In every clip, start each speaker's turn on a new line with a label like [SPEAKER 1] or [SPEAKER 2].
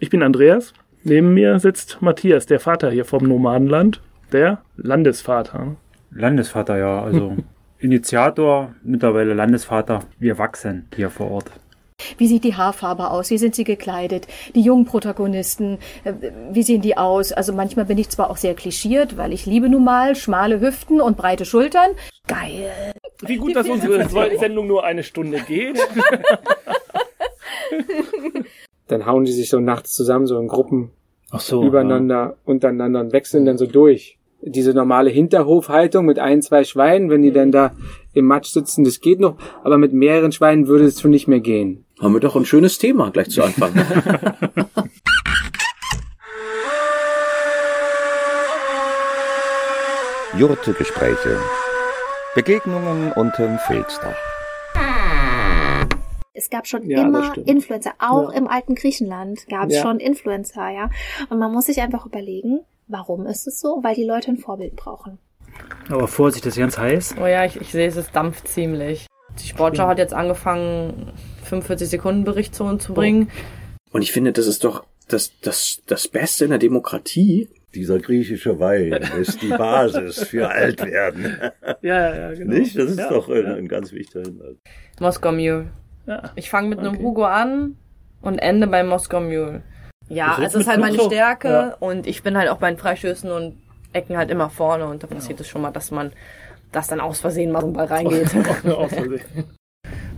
[SPEAKER 1] Ich bin Andreas. Neben mir sitzt Matthias, der Vater hier vom Nomadenland. Der Landesvater.
[SPEAKER 2] Landesvater, ja, also Initiator, mittlerweile Landesvater. Wir wachsen hier vor Ort.
[SPEAKER 3] Wie sieht die Haarfarbe aus? Wie sind sie gekleidet? Die jungen Protagonisten, äh, wie sehen die aus? Also manchmal bin ich zwar auch sehr klischiert, weil ich liebe nun mal schmale Hüften und breite Schultern. Geil.
[SPEAKER 1] Wie gut, dass unsere Sendung nur eine Stunde geht.
[SPEAKER 4] Dann hauen die sich so nachts zusammen, so in Gruppen
[SPEAKER 2] Ach so.
[SPEAKER 4] übereinander, untereinander und wechseln dann so durch. Diese normale Hinterhofhaltung mit ein, zwei Schweinen,
[SPEAKER 2] Mhm.
[SPEAKER 4] wenn die dann da im Matsch sitzen, das geht noch, aber mit mehreren Schweinen würde es schon nicht mehr gehen.
[SPEAKER 5] Haben wir doch ein schönes Thema gleich zu Anfang.
[SPEAKER 6] Jurtegespräche. Begegnungen unterm Filzdach.
[SPEAKER 7] Es gab schon
[SPEAKER 4] Ja, das
[SPEAKER 7] immer
[SPEAKER 4] stimmt.
[SPEAKER 7] Influencer, auch
[SPEAKER 4] Ja.
[SPEAKER 7] im alten Griechenland gab es
[SPEAKER 4] Ja.
[SPEAKER 7] schon Influencer, ja. Und man muss sich einfach überlegen, warum ist es so? Weil die Leute ein Vorbild brauchen.
[SPEAKER 2] Aber Vorsicht, das ist ganz heiß.
[SPEAKER 8] Oh ja, ich, ich sehe es, es dampft ziemlich. Die Sportschau hat jetzt angefangen, 45 Sekunden Bericht zu uns zu bringen.
[SPEAKER 5] Und ich finde, das ist doch das, das, das Beste in der Demokratie.
[SPEAKER 9] Dieser griechische Wein ist die Basis für Altwerden.
[SPEAKER 1] Ja, ja, genau.
[SPEAKER 9] Nicht? Das ist
[SPEAKER 1] ja,
[SPEAKER 9] doch äh, ein,
[SPEAKER 1] ja.
[SPEAKER 9] ein ganz wichtiger Hinweis.
[SPEAKER 8] Moskau Mule.
[SPEAKER 1] Ja.
[SPEAKER 8] Ich fange mit einem
[SPEAKER 1] Oh. Okay.
[SPEAKER 8] Hugo an und ende bei Moskau Mule. Ja,
[SPEAKER 1] Das ist
[SPEAKER 8] es ist
[SPEAKER 1] mit
[SPEAKER 8] halt meine
[SPEAKER 1] Fluch so.
[SPEAKER 8] Stärke
[SPEAKER 1] Ja.
[SPEAKER 8] und ich bin halt auch bei den Freistößen und Ecken halt immer vorne und da
[SPEAKER 1] Genau.
[SPEAKER 8] passiert es schon mal, dass man das dann aus Versehen mal so einen Ball reingeht.
[SPEAKER 1] Aus Versehen.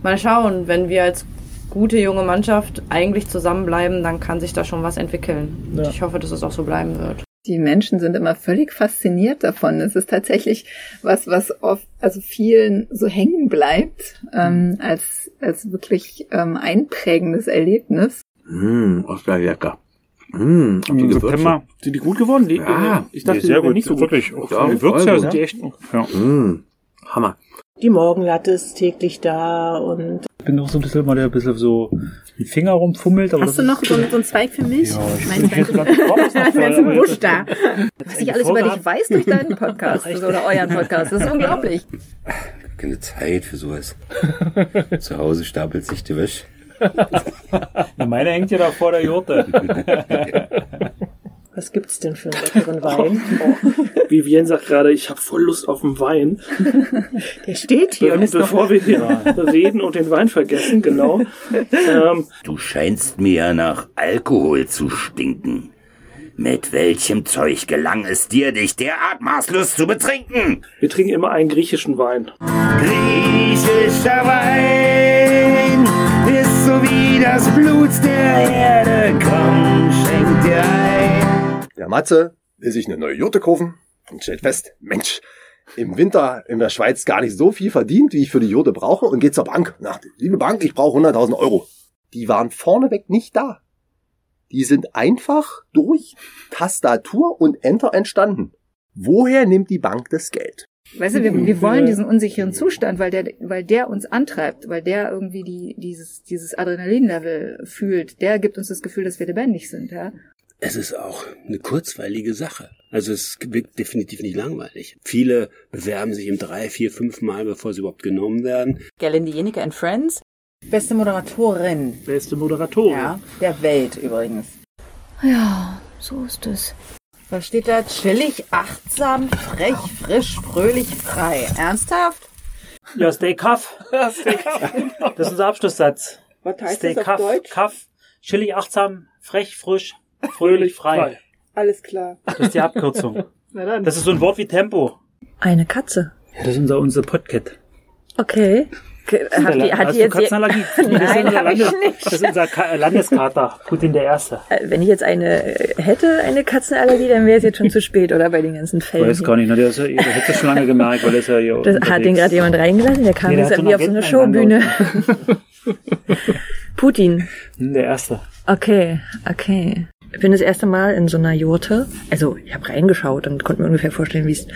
[SPEAKER 8] mal schauen, wenn wir als gute junge Mannschaft eigentlich zusammenbleiben, dann kann sich da schon was entwickeln. Und
[SPEAKER 1] Ja.
[SPEAKER 8] Ich hoffe, dass es auch so bleiben wird.
[SPEAKER 10] Die Menschen sind immer völlig fasziniert davon. Es ist tatsächlich was, was oft, also vielen so hängen bleibt, ähm, als, als wirklich ähm, einprägendes Erlebnis.
[SPEAKER 5] Mmh, Oscar Mmh, und die Gewürze.
[SPEAKER 2] September.
[SPEAKER 1] Sind die gut geworden? Die,
[SPEAKER 5] Ja,
[SPEAKER 1] ich dachte,
[SPEAKER 2] Ah, nee, sehr
[SPEAKER 1] die wären
[SPEAKER 2] gut,
[SPEAKER 1] nicht so gut.
[SPEAKER 2] wirklich.
[SPEAKER 9] Oh
[SPEAKER 2] Auch
[SPEAKER 5] Ja,
[SPEAKER 2] die
[SPEAKER 5] voll
[SPEAKER 2] Würze
[SPEAKER 5] gut.
[SPEAKER 1] Sind die echt?
[SPEAKER 5] Mmh, Hammer.
[SPEAKER 11] Die Morgenlatte ist täglich da und.
[SPEAKER 2] Ich bin doch so ein bisschen, weil der ein bisschen so den Finger rumfummelt. Aber
[SPEAKER 11] Hast du
[SPEAKER 2] das
[SPEAKER 11] noch
[SPEAKER 2] ist-
[SPEAKER 11] so, so einen Zweig für mich?
[SPEAKER 2] Ja, ich
[SPEAKER 11] Meinst
[SPEAKER 2] bin
[SPEAKER 11] du,
[SPEAKER 2] jetzt ganz raus.
[SPEAKER 11] Mein ganzer Busch da.
[SPEAKER 10] Was ich alles über dich weiß durch deinen Podcast also, oder euren Podcast, das ist unglaublich.
[SPEAKER 6] Keine Zeit für sowas. Zu Hause stapelt sich die Wäsche.
[SPEAKER 2] Na, meine hängt ja da vor der Jurte.
[SPEAKER 11] Was gibt's denn für einen leckeren Wein?
[SPEAKER 1] Vivienne sagt gerade, ich habe voll Lust auf einen Wein.
[SPEAKER 11] Der steht hier und ist noch
[SPEAKER 1] Bevor wir hier reden und den Wein vergessen, genau. ähm,
[SPEAKER 6] Du scheinst mir ja nach Alkohol zu stinken. Mit welchem Zeug gelang es dir, dich derart maßlos zu betrinken?
[SPEAKER 1] wir trinken immer einen griechischen Wein.
[SPEAKER 6] Griechischer Wein ist so wie das Blut der Erde. Komm, schenk dir ein.
[SPEAKER 9] Der Matze will sich eine neue Jurte kaufen und stellt fest, Mensch, im Winter in der Schweiz gar nicht so viel verdient, wie ich für die Jurte brauche und geht zur Bank. Na, liebe Bank, ich brauche 100.000 Euro. Die waren vorneweg nicht da. Die sind einfach durch Tastatur und Enter entstanden. Woher nimmt die Bank das Geld?
[SPEAKER 10] Weißt du, wir, wir wollen diesen unsicheren Zustand, weil der, weil der uns antreibt, weil der irgendwie die, dieses, dieses Adrenalinlevel fühlt. Der gibt uns das Gefühl, dass wir lebendig sind, ja.
[SPEAKER 6] Es ist auch eine kurzweilige Sache. Also es wirkt definitiv nicht langweilig. Viele bewerben sich im drei, vier, fünf Mal, bevor sie überhaupt genommen werden.
[SPEAKER 11] Gerlinde Jenicke and Friends.
[SPEAKER 10] Beste Moderatorin
[SPEAKER 1] Beste Moderatorin.
[SPEAKER 10] der Welt übrigens.
[SPEAKER 7] Ja, so ist es.
[SPEAKER 10] Was steht da? Chillig, achtsam, frech, frisch, fröhlich, frei. Ernsthaft?
[SPEAKER 1] Ja, stay cuff.
[SPEAKER 2] Das ist unser Abschlusssatz.
[SPEAKER 11] Was
[SPEAKER 2] Stay kaff, kaff, chillig, achtsam, frech, frisch, fröhlich, frei.
[SPEAKER 11] Alles klar.
[SPEAKER 2] Das ist die Abkürzung. Das ist so ein Wort wie Tempo.
[SPEAKER 10] Eine Katze.
[SPEAKER 2] Das ist unser, unser Podcast.
[SPEAKER 10] Okay. Hat die, hat
[SPEAKER 2] Hast
[SPEAKER 10] die
[SPEAKER 2] du
[SPEAKER 10] jetzt je,
[SPEAKER 2] Katzenallergie?
[SPEAKER 10] Nein, hab ich
[SPEAKER 2] nicht. Das ist unser Ka Landeskater, Putin der Erste.
[SPEAKER 10] äh, wenn ich jetzt eine äh, hätte, eine Katzenallergie, dann wäre es jetzt schon zu spät, oder? Bei den ganzen
[SPEAKER 2] Ich
[SPEAKER 10] Fällen.
[SPEAKER 2] weiß gar nicht, ne? der, ist ja, der hätte das schon lange gemerkt, weil der ist ja hier
[SPEAKER 10] Das hat den gerade jemand reingelassen, der kam
[SPEAKER 2] Nee, der hat
[SPEAKER 10] jetzt
[SPEAKER 2] so
[SPEAKER 10] wie
[SPEAKER 2] einen
[SPEAKER 10] auf so eine
[SPEAKER 2] Agenten
[SPEAKER 10] Showbühne. Putin.
[SPEAKER 2] gerade... Hm, Der Erste.
[SPEAKER 10] Okay, okay. Ich bin das erste Mal in so einer Jurte. Also ich habe reingeschaut und konnte mir ungefähr vorstellen, wie es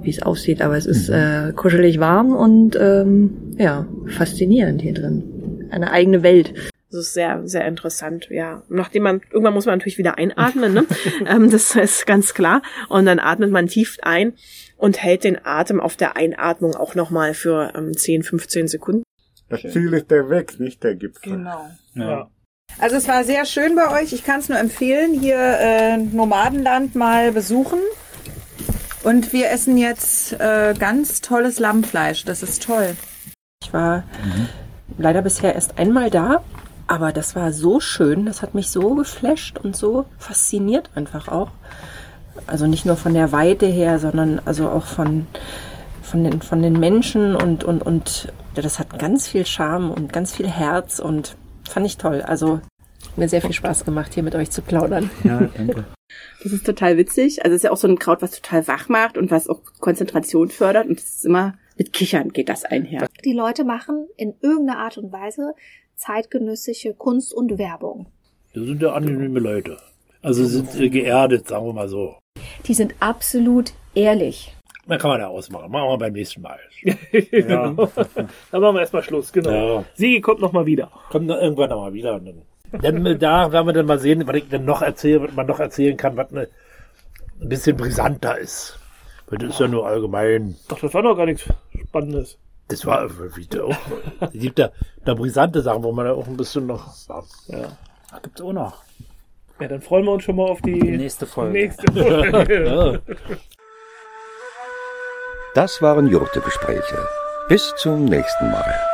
[SPEAKER 10] wie es aussieht. Aber es ist äh, kuschelig warm und ähm, ja, faszinierend hier drin. Eine eigene Welt.
[SPEAKER 11] Das ist sehr, sehr interessant, ja. Nachdem man, irgendwann muss man natürlich wieder einatmen, ne? ähm, das ist ganz klar. Und dann atmet man tief ein und hält den Atem auf der Einatmung auch nochmal für ähm, 10, 15 Sekunden.
[SPEAKER 9] Das Ziel ist der Weg, nicht der Gipfel.
[SPEAKER 2] Ja.
[SPEAKER 12] Also es war sehr schön bei euch. Ich kann es nur empfehlen, hier äh, Nomadenland mal besuchen. Und wir essen jetzt äh, ganz tolles Lammfleisch. Das ist toll.
[SPEAKER 8] Ich war leider bisher erst einmal da, aber das war so schön. Das hat mich so geflasht und so fasziniert einfach auch. Also nicht nur von der Weite her, sondern also auch von, von, den, von den Menschen und, und, und das hat ganz viel Charme und ganz viel Herz und fand ich toll. Also hat mir sehr viel Spaß gemacht, hier mit euch zu plaudern.
[SPEAKER 2] Ja, danke.
[SPEAKER 13] Das ist total witzig. Also es ist ja auch so ein Kraut, was total wach macht und was auch Konzentration fördert. Und es ist immer mit Kichern geht das einher.
[SPEAKER 10] Die Leute machen in irgendeiner Art und Weise zeitgenössische Kunst und Werbung.
[SPEAKER 9] Das sind ja angenehme Leute. Also sind äh, geerdet, sagen wir mal so.
[SPEAKER 3] Die sind absolut ehrlich.
[SPEAKER 9] Dann kann man da ausmachen. Machen wir beim nächsten Mal.
[SPEAKER 1] genau. Dann machen wir erstmal Schluss, genau.
[SPEAKER 9] Ja.
[SPEAKER 1] Sigi kommt nochmal wieder.
[SPEAKER 9] Kommt noch irgendwann nochmal wieder. Und dann, dann äh, da werden wir dann mal sehen, was ich dann noch erzähle, was man noch erzählen kann, was ne, ein bisschen brisanter ist. Weil das ist ja nur allgemein.
[SPEAKER 1] Doch, das war doch gar nichts Spannendes.
[SPEAKER 9] Das war äh, wieder auch. Es gibt da, da brisante Sachen, wo man da auch ein bisschen noch.
[SPEAKER 1] Ja.
[SPEAKER 2] Gibt's auch noch.
[SPEAKER 1] Ja, dann freuen wir uns schon mal auf die
[SPEAKER 2] nächste Folge.
[SPEAKER 1] Nächste Folge.
[SPEAKER 14] Das waren Jurte-Gespräche. Bis zum nächsten Mal.